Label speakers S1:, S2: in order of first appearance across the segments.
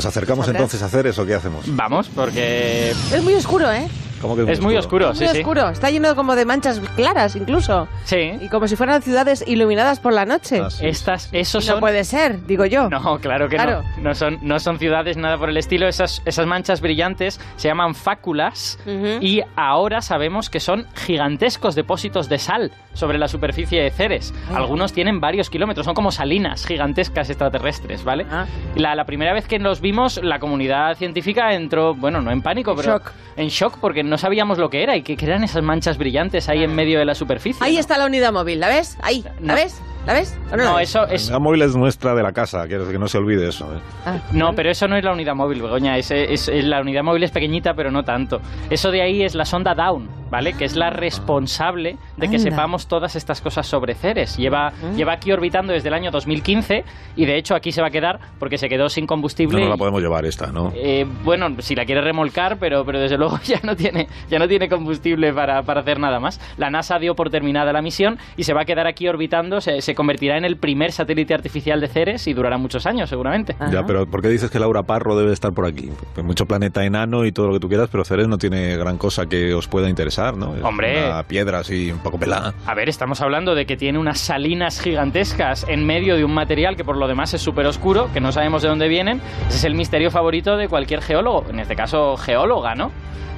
S1: ¿Nos acercamos
S2: ¿Nosotras?
S1: entonces a hacer eso? ¿Qué hacemos?
S3: Vamos, porque
S2: Es muy oscuro, ¿eh?
S1: ¿Cómo que
S3: es muy oscuro,
S1: Ah,
S2: Es
S3: sí,
S2: muy
S3: sí.
S2: oscuro. Está lleno como de manchas claras, incluso.
S3: Sí.
S2: Y como si fueran ciudades iluminadas por la noche.
S1: Ah, sí.
S3: Estas, esos
S2: No
S3: son...
S2: puede ser, digo yo.
S3: No, claro que
S2: Claro.
S3: no. No son, no son ciudades, nada por el estilo. Esas, esas manchas brillantes se llaman fáculas
S2: Ujú.
S3: y ahora sabemos que son gigantescos depósitos de sal sobre la superficie de Ceres.
S2: Ah.
S3: Algunos tienen varios kilómetros, son como salinas gigantescas extraterrestres, ¿vale?
S2: Ah.
S3: La, la primera vez que los vimos, la comunidad científica entró, bueno, no en pánico, pero
S2: shock.
S3: en shock porque no sabíamos lo que era y que, que eran esas manchas brillantes ahí en medio de la superficie.
S2: Ah. Ahí
S3: ¿no?
S2: está la unidad móvil, ¿la ves? Ahí, ¿la
S3: No.
S2: ves? ¿La ves? ¿O no, la
S3: No,
S2: ves?
S3: eso es,
S1: La móvil es nuestra de la casa, quiero que no se olvide eso. ¿eh?
S2: Ah.
S3: No, pero eso no es la unidad móvil, Begoña. Es, es- es- la unidad móvil es pequeñita, pero no tanto. Eso de ahí es la sonda Down, ¿vale? Que es la responsable de que
S2: Anda.
S3: sepamos todas estas cosas sobre Ceres. Lleva, lleva aquí orbitando desde el año 2015 y de hecho aquí se va a quedar porque se quedó sin
S1: No
S3: combustible.
S1: nos la
S3: y-
S1: podemos llevar esta, ¿no?
S3: eh, bueno, si la quiere remolcar, pero, pero desde luego ya no tiene, ya no tiene combustible para, para hacer nada más. La NASA dio por terminada la misión y se va a quedar aquí orbitando. Se, se convertirá en el primer satélite artificial de Ceres y durará muchos años, seguramente.
S2: ah.
S1: Ya, pero ¿por qué dices que Laura Parro debe estar por aquí? Pues mucho planeta enano y todo lo que tú quieras, pero Ceres no tiene gran cosa que os pueda interesar, ¿no? Es
S3: Hombre.
S1: Una piedra así, un poco pelada.
S3: A ver, estamos hablando de que tiene unas salinas gigantescas en medio de un material que por lo demás es súper oscuro, que no sabemos de dónde vienen. Ese es el misterio favorito de cualquier geólogo, en este caso geóloga, ¿no?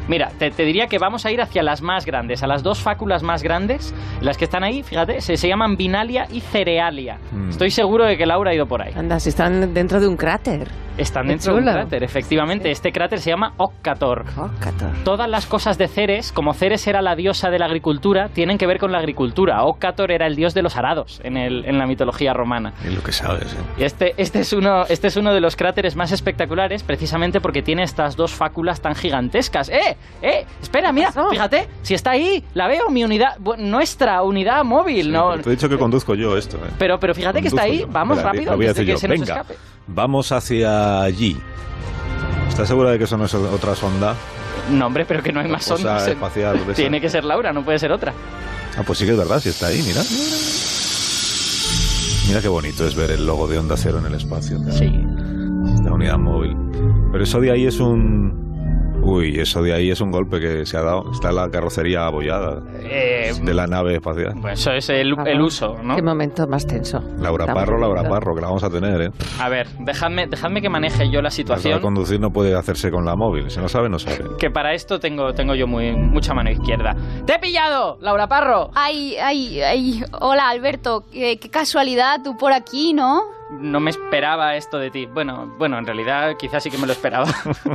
S3: Mira, te, te diría que vamos a ir hacia las más grandes, a las dos fáculas más grandes, las que están ahí, fíjate, se, se llaman Binalia y Cerealia.
S1: Mm.
S3: Estoy seguro de que Laura ha ido por ahí.
S2: Anda, si están dentro de un cráter. Ah,
S3: Están
S2: Qué
S3: dentro de un
S2: chulo.
S3: cráter, efectivamente. Este cráter se llama Occator.
S2: Jócator.
S3: Todas las cosas de Ceres, como Ceres era la diosa de la agricultura, tienen que ver con la agricultura. Ocator era el dios de los arados en, el- en la mitología romana.
S1: Es lo que sabes, ¿eh?
S3: Y Este, este, es uno, este es uno de los cráteres más espectaculares, precisamente porque tiene estas dos fáculas tan gigantescas. ¡Eh! ¡Eh! Espera, mira,
S2: pasó?
S3: fíjate, si está ahí, la veo, mi unidad, bu- nuestra unidad móvil, ¿no?
S1: Te he dicho que conduzco yo esto, ¿eh?
S3: Pero, pero fíjate que está ahí,
S1: Conduzco yo.
S3: vamos
S1: Espera,
S3: rápido,
S1: lo voy a
S3: antes de
S1: decir yo.
S3: que se nos
S1: Venga,
S3: escape.
S1: vamos hacia allí. ¿Estás segura de que eso no es otra sonda?
S3: No, hombre, pero que no hay más
S1: Cosa
S3: ondas.
S1: espacial, de esa.
S3: Tiene que ser Laura, no puede ser otra.
S1: Ah, pues sí que es verdad, sí está ahí, mira. Mira qué bonito es ver el logo de Onda Cero en el espacio.
S3: Sí.
S1: La unidad móvil. Pero eso de ahí es un... Uy, eso de ahí es un golpe que se ha dado. Está la carrocería abollada
S3: Eh,
S1: de la nave espacial.
S3: pues eso es el, el uso, ¿no?
S2: Ah, Qué momento más tenso.
S1: Laura
S2: Tan
S1: Parro, Laura
S2: bonito.
S1: Parro, que la vamos a tener, ¿eh?
S3: A ver, dejadme, dejadme que maneje yo la
S1: La
S3: situación.
S1: conducir no puede hacerse con la móvil. Si no sabe, no sabe.
S3: Que para esto tengo, tengo yo muy, mucha mano izquierda. ¡Te he pillado, Laura Parro!
S4: Ay, ay, ay. Hola, Alberto. Qué, qué casualidad tú por aquí, ¿no?
S3: No me esperaba esto de ti. Bueno, bueno, en realidad quizás sí que me lo esperaba.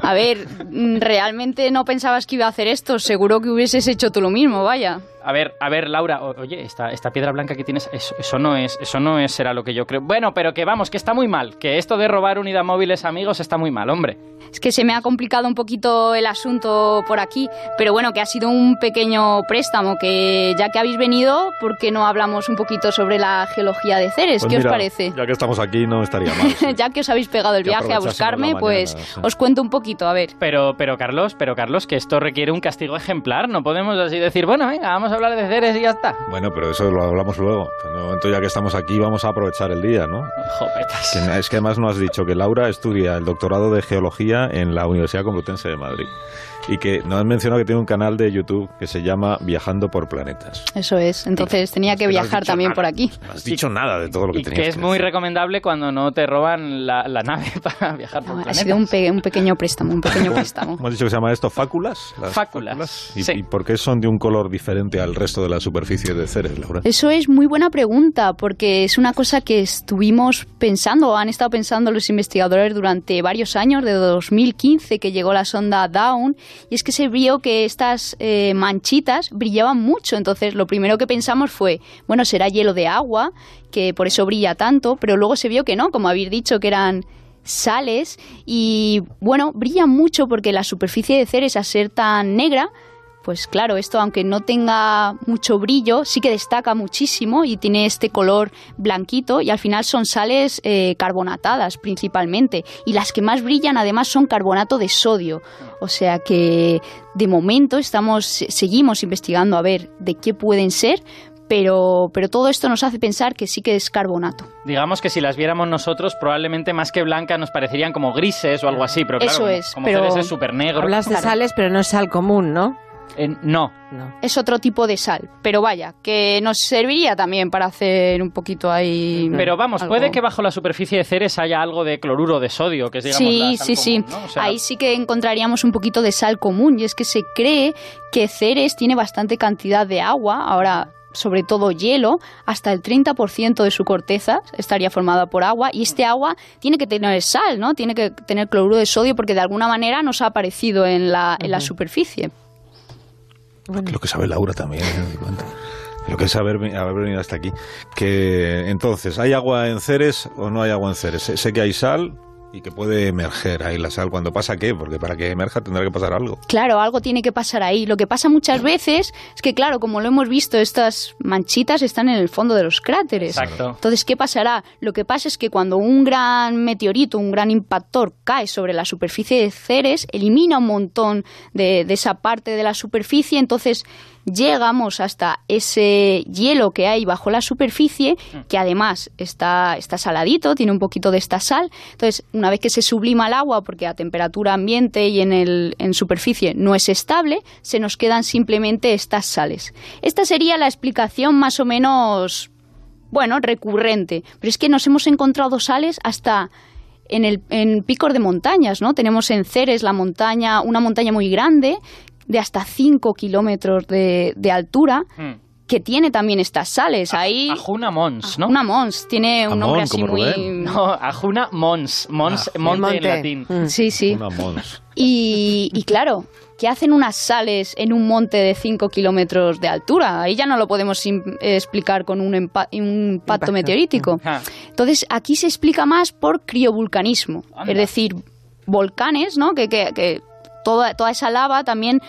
S4: A ver, mm, realmente no pensabas que iba a hacer esto. Seguro que hubieses hecho tú lo mismo, vaya.
S3: A ver, a ver, Laura, o- oye, esta, esta piedra blanca que tienes, eso, eso no es, eso no es, será lo que yo creo. Bueno, pero que vamos, que está muy mal, que esto de robar unidad móviles amigos está muy mal, hombre.
S4: Es que se me ha complicado un poquito el asunto por aquí, pero bueno, que ha sido un pequeño préstamo, que ya que habéis venido, ¿por qué no hablamos un poquito sobre la geología de Ceres?
S1: Pues
S4: ¿Qué
S1: mira,
S4: os parece?
S1: Ya que estamos aquí, no estaría mal. sí.
S4: ya que os habéis pegado el
S1: Que
S4: viaje a
S1: aprovechásemos la
S4: buscarme,
S1: mañana,
S4: pues
S1: sí.
S4: os cuento un poquito, a ver.
S3: Pero, pero Carlos, pero Carlos, que esto requiere un castigo ejemplar. No podemos así decir, bueno, venga, vamos a hablar de Ceres y ya está.
S1: Bueno, pero eso lo hablamos luego. En el momento ya que estamos aquí, vamos a aprovechar el día, ¿no?
S3: Jopetas.
S1: Que- Es que además no has dicho que Laura estudia el doctorado de geología en la Universidad Complutense de Madrid. Y que no has mencionado que tiene un canal de YouTube que se llama Viajando por Planetas.
S4: Eso es, entonces tenía que
S1: Pero no has
S4: viajar
S1: dicho
S4: también
S1: nada.
S4: por aquí.
S1: No has dicho nada de todo lo que
S3: Y
S1: tenías.
S3: que es muy
S1: decir.
S3: recomendable cuando no te roban la, la nave para viajar por
S4: No, ha
S3: planetas.
S4: sido un, pe- un pequeño préstamo, un pequeño préstamo.
S1: Hemos dicho que se llama esto fáculas. las
S3: Fáculas,
S1: ¿Y,
S3: sí.
S1: ¿Y por qué son de un color diferente al resto de la superficie de Ceres, Laura?
S4: Eso es muy buena pregunta, porque es una cosa que estuvimos pensando, o han estado pensando los investigadores durante varios años, de 2015 que llegó la sonda Down, y es que se vio que estas eh, manchitas brillaban mucho. Entonces, lo primero que pensamos fue, bueno, será hielo de agua, que por eso brilla tanto, pero luego se vio que no, como habéis dicho, que eran sales, y bueno, brillan mucho porque la superficie de Ceres, a ser tan negra, pues claro, esto aunque no tenga mucho brillo, sí que destaca muchísimo y tiene este color blanquito y al final son sales eh, carbonatadas principalmente. Y las que más brillan además son carbonato de sodio. O sea que de momento estamos, se- seguimos investigando a ver de qué pueden ser, pero, pero todo esto nos hace pensar que sí que es carbonato.
S3: Digamos que si las viéramos nosotros, probablemente más que blancas nos parecerían como grises o algo así, pero claro,
S4: Eso
S3: como-
S4: es,
S3: como
S4: pero-
S3: Ceres es súper negro.
S2: Hablas de sales, pero no es sal común, ¿no?
S3: Eh, no,
S2: No.
S4: Es otro tipo de sal, pero vaya, que nos serviría también para hacer un poquito ahí...
S3: pero vamos,
S4: algo.
S3: puede que bajo la superficie de Ceres haya algo de cloruro de sodio, que es digamos
S4: Sí,
S3: la sal
S4: sí, sí.
S3: común, ¿no? O sea,
S4: Ahí sí que encontraríamos un poquito de sal común y es que se cree que Ceres tiene bastante cantidad de agua, ahora sobre todo hielo, hasta el 30% de su corteza estaría formada por agua y este agua tiene que tener sal, ¿no? Tiene que tener cloruro de sodio porque de alguna manera nos ha aparecido en la, en la superficie.
S1: Lo que sabe Laura también, me doy cuenta. Lo que es haber, ve- haber venido hasta aquí. Que entonces, ¿hay agua en Ceres o no hay agua en Ceres? Sé, sé que hay sal y que puede emerger ahí la sal. ¿Cuando pasa qué? Porque para que emerja tendrá que pasar algo.
S4: Claro, algo tiene que pasar ahí. Lo que pasa muchas veces es que, claro, como lo hemos visto, estas manchitas están en el fondo de los cráteres.
S3: Exacto.
S4: Entonces, ¿qué pasará? Lo que pasa es que cuando un gran meteorito, un gran impactor cae sobre la superficie de Ceres, elimina un montón de, de esa parte de la superficie, entonces llegamos hasta ese hielo que hay bajo la superficie, que además está, está saladito, tiene un poquito de esta sal. Entonces, una vez que se sublima el agua, porque a temperatura ambiente y en, el, en superficie no es estable, se nos quedan simplemente estas sales. Esta sería la explicación más o menos bueno, recurrente. Pero es que nos hemos encontrado sales hasta en, el, en picos de montañas, ¿no? Tenemos en Ceres la montaña, una montaña muy grande, de hasta 5 kilómetros de, de altura,
S3: mm.
S4: que tiene también estas sales. Ahí.
S3: Ajuna Mons, ¿no?
S4: Una Mons, tiene un
S1: Amón,
S4: nombre así
S1: como
S4: muy.
S1: Rubén.
S3: No, Ajuna Mons. Mons,
S4: Ah,
S3: monte, en latín.
S2: Mm.
S4: Sí, sí.
S1: Una mons.
S4: Y, y claro, ¿qué hacen unas sales en un monte de 5 kilómetros de altura? Ahí ya no lo podemos im- explicar con un, empa- un impacto
S2: Impacto.
S4: meteorítico.
S3: Ajá.
S4: Entonces, aquí se explica más por criovulcanismo,
S3: Anda.
S4: es decir, volcanes, ¿no? Que, que- que toda, toda esa lava también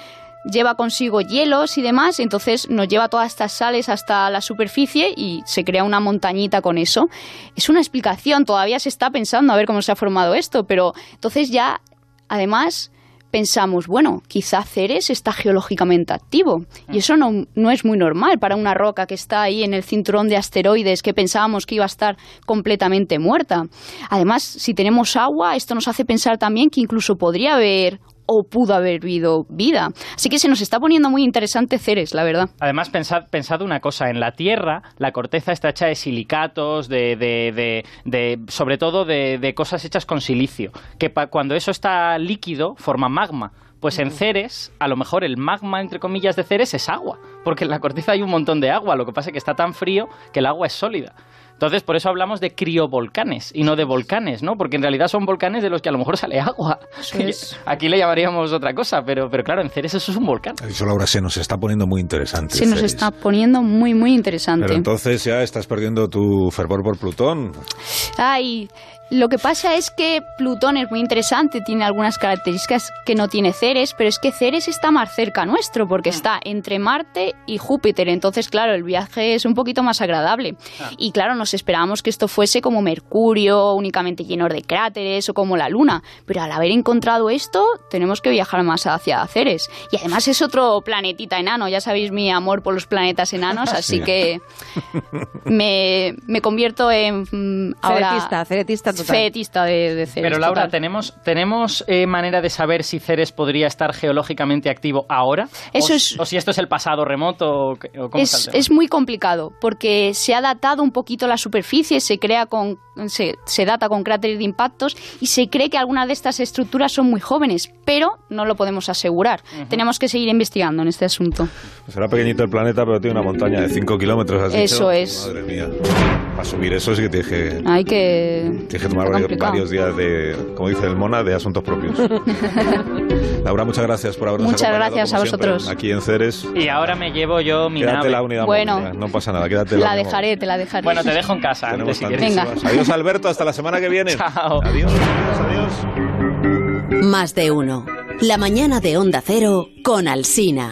S4: lleva consigo hielos y demás, entonces nos lleva todas estas sales hasta la superficie y se crea una montañita con eso. Es una explicación, todavía se está pensando a ver cómo se ha formado esto, pero entonces ya, además, pensamos, bueno, quizá Ceres está geológicamente activo. Y eso no, no es muy normal para una roca que está ahí en el cinturón de asteroides que pensábamos que iba a estar completamente muerta. Además, si tenemos agua, esto nos hace pensar también que incluso podría haber o pudo haber habido vida. Así que se nos está poniendo muy interesante Ceres, la verdad.
S3: Además, pensad, pensad una cosa, en la Tierra la corteza está hecha de silicatos, de, de- de- de- sobre todo de, de cosas hechas con silicio, que pa- cuando eso está líquido forma magma. Pues en Ceres, a lo mejor el magma, entre comillas, de Ceres es agua, porque en la corteza hay un montón de agua, lo que pasa es que está tan frío que el agua es sólida. Entonces, por eso hablamos de criovolcanes y no de volcanes, ¿no? Porque en realidad son volcanes de los que a lo mejor sale agua.
S4: Eso es.
S3: Aquí le llamaríamos otra cosa, pero, pero claro, en Ceres eso es un volcán.
S1: Ha dicho Laura, se nos está poniendo muy interesante.
S4: Se nos
S1: Ceres.
S4: está poniendo muy, muy interesante.
S1: Pero entonces ya estás perdiendo tu fervor por Plutón.
S4: Ay, lo que pasa es que Plutón es muy interesante, tiene algunas características que no tiene Ceres, pero es que Ceres está más cerca nuestro porque está entre Marte y Júpiter, entonces claro, el viaje es un poquito más agradable. Y claro, nos esperábamos que esto fuese como Mercurio, únicamente lleno de cráteres o como la Luna, pero al haber encontrado esto, tenemos que viajar más hacia Ceres. Y además es otro planetita enano, ya sabéis mi amor por los planetas enanos, así
S1: Sí.
S4: que me, me convierto en mm, ahora
S2: Ceretista, ceretista total.
S4: fetista de, de Ceres,
S3: Pero Laura,
S4: total.
S3: ¿tenemos, tenemos eh, manera de saber si Ceres podría estar geológicamente activo ahora?
S4: Eso
S3: o,
S4: es-
S3: o si esto es el pasado remoto o, qué- o cómo está
S4: es,
S3: el tema?
S4: es muy complicado porque se ha datado un poquito la superficie, se crea con se, se data con cráteres de impactos y se cree que algunas de estas estructuras son muy jóvenes, pero no lo podemos asegurar. Tenemos que seguir investigando en este asunto.
S1: Será pequeñito el planeta, pero tiene una montaña de 5 kilómetros. ¿has dicho?
S4: Eso es.
S1: Madre mía. Para subir eso sí que tienes que,
S4: Hay que
S1: tienes que tomar
S4: está
S1: varios,
S4: complicado.
S1: varios días de, como dice el Mona, de asuntos propios. Laura, muchas gracias por habernos
S4: Muchas
S1: acompañado,
S4: gracias
S1: como
S4: a
S1: siempre,
S4: vosotros.
S1: aquí en Ceres.
S3: Y ahora me llevo yo mi
S1: Quédate
S3: nave.
S1: la unidad
S4: Bueno.
S1: móvil, no pasa nada, quédate
S4: La dejaré, te la dejaré.
S3: Bueno, te dejo en casa
S1: Tenemos
S3: antes si quieres.
S4: Venga.
S1: tantísimas. Adiós Alberto, hasta la semana que viene.
S3: Chao.
S1: Adiós, adiós, adiós.
S5: Más de uno. La mañana de Onda Cero con Alsina.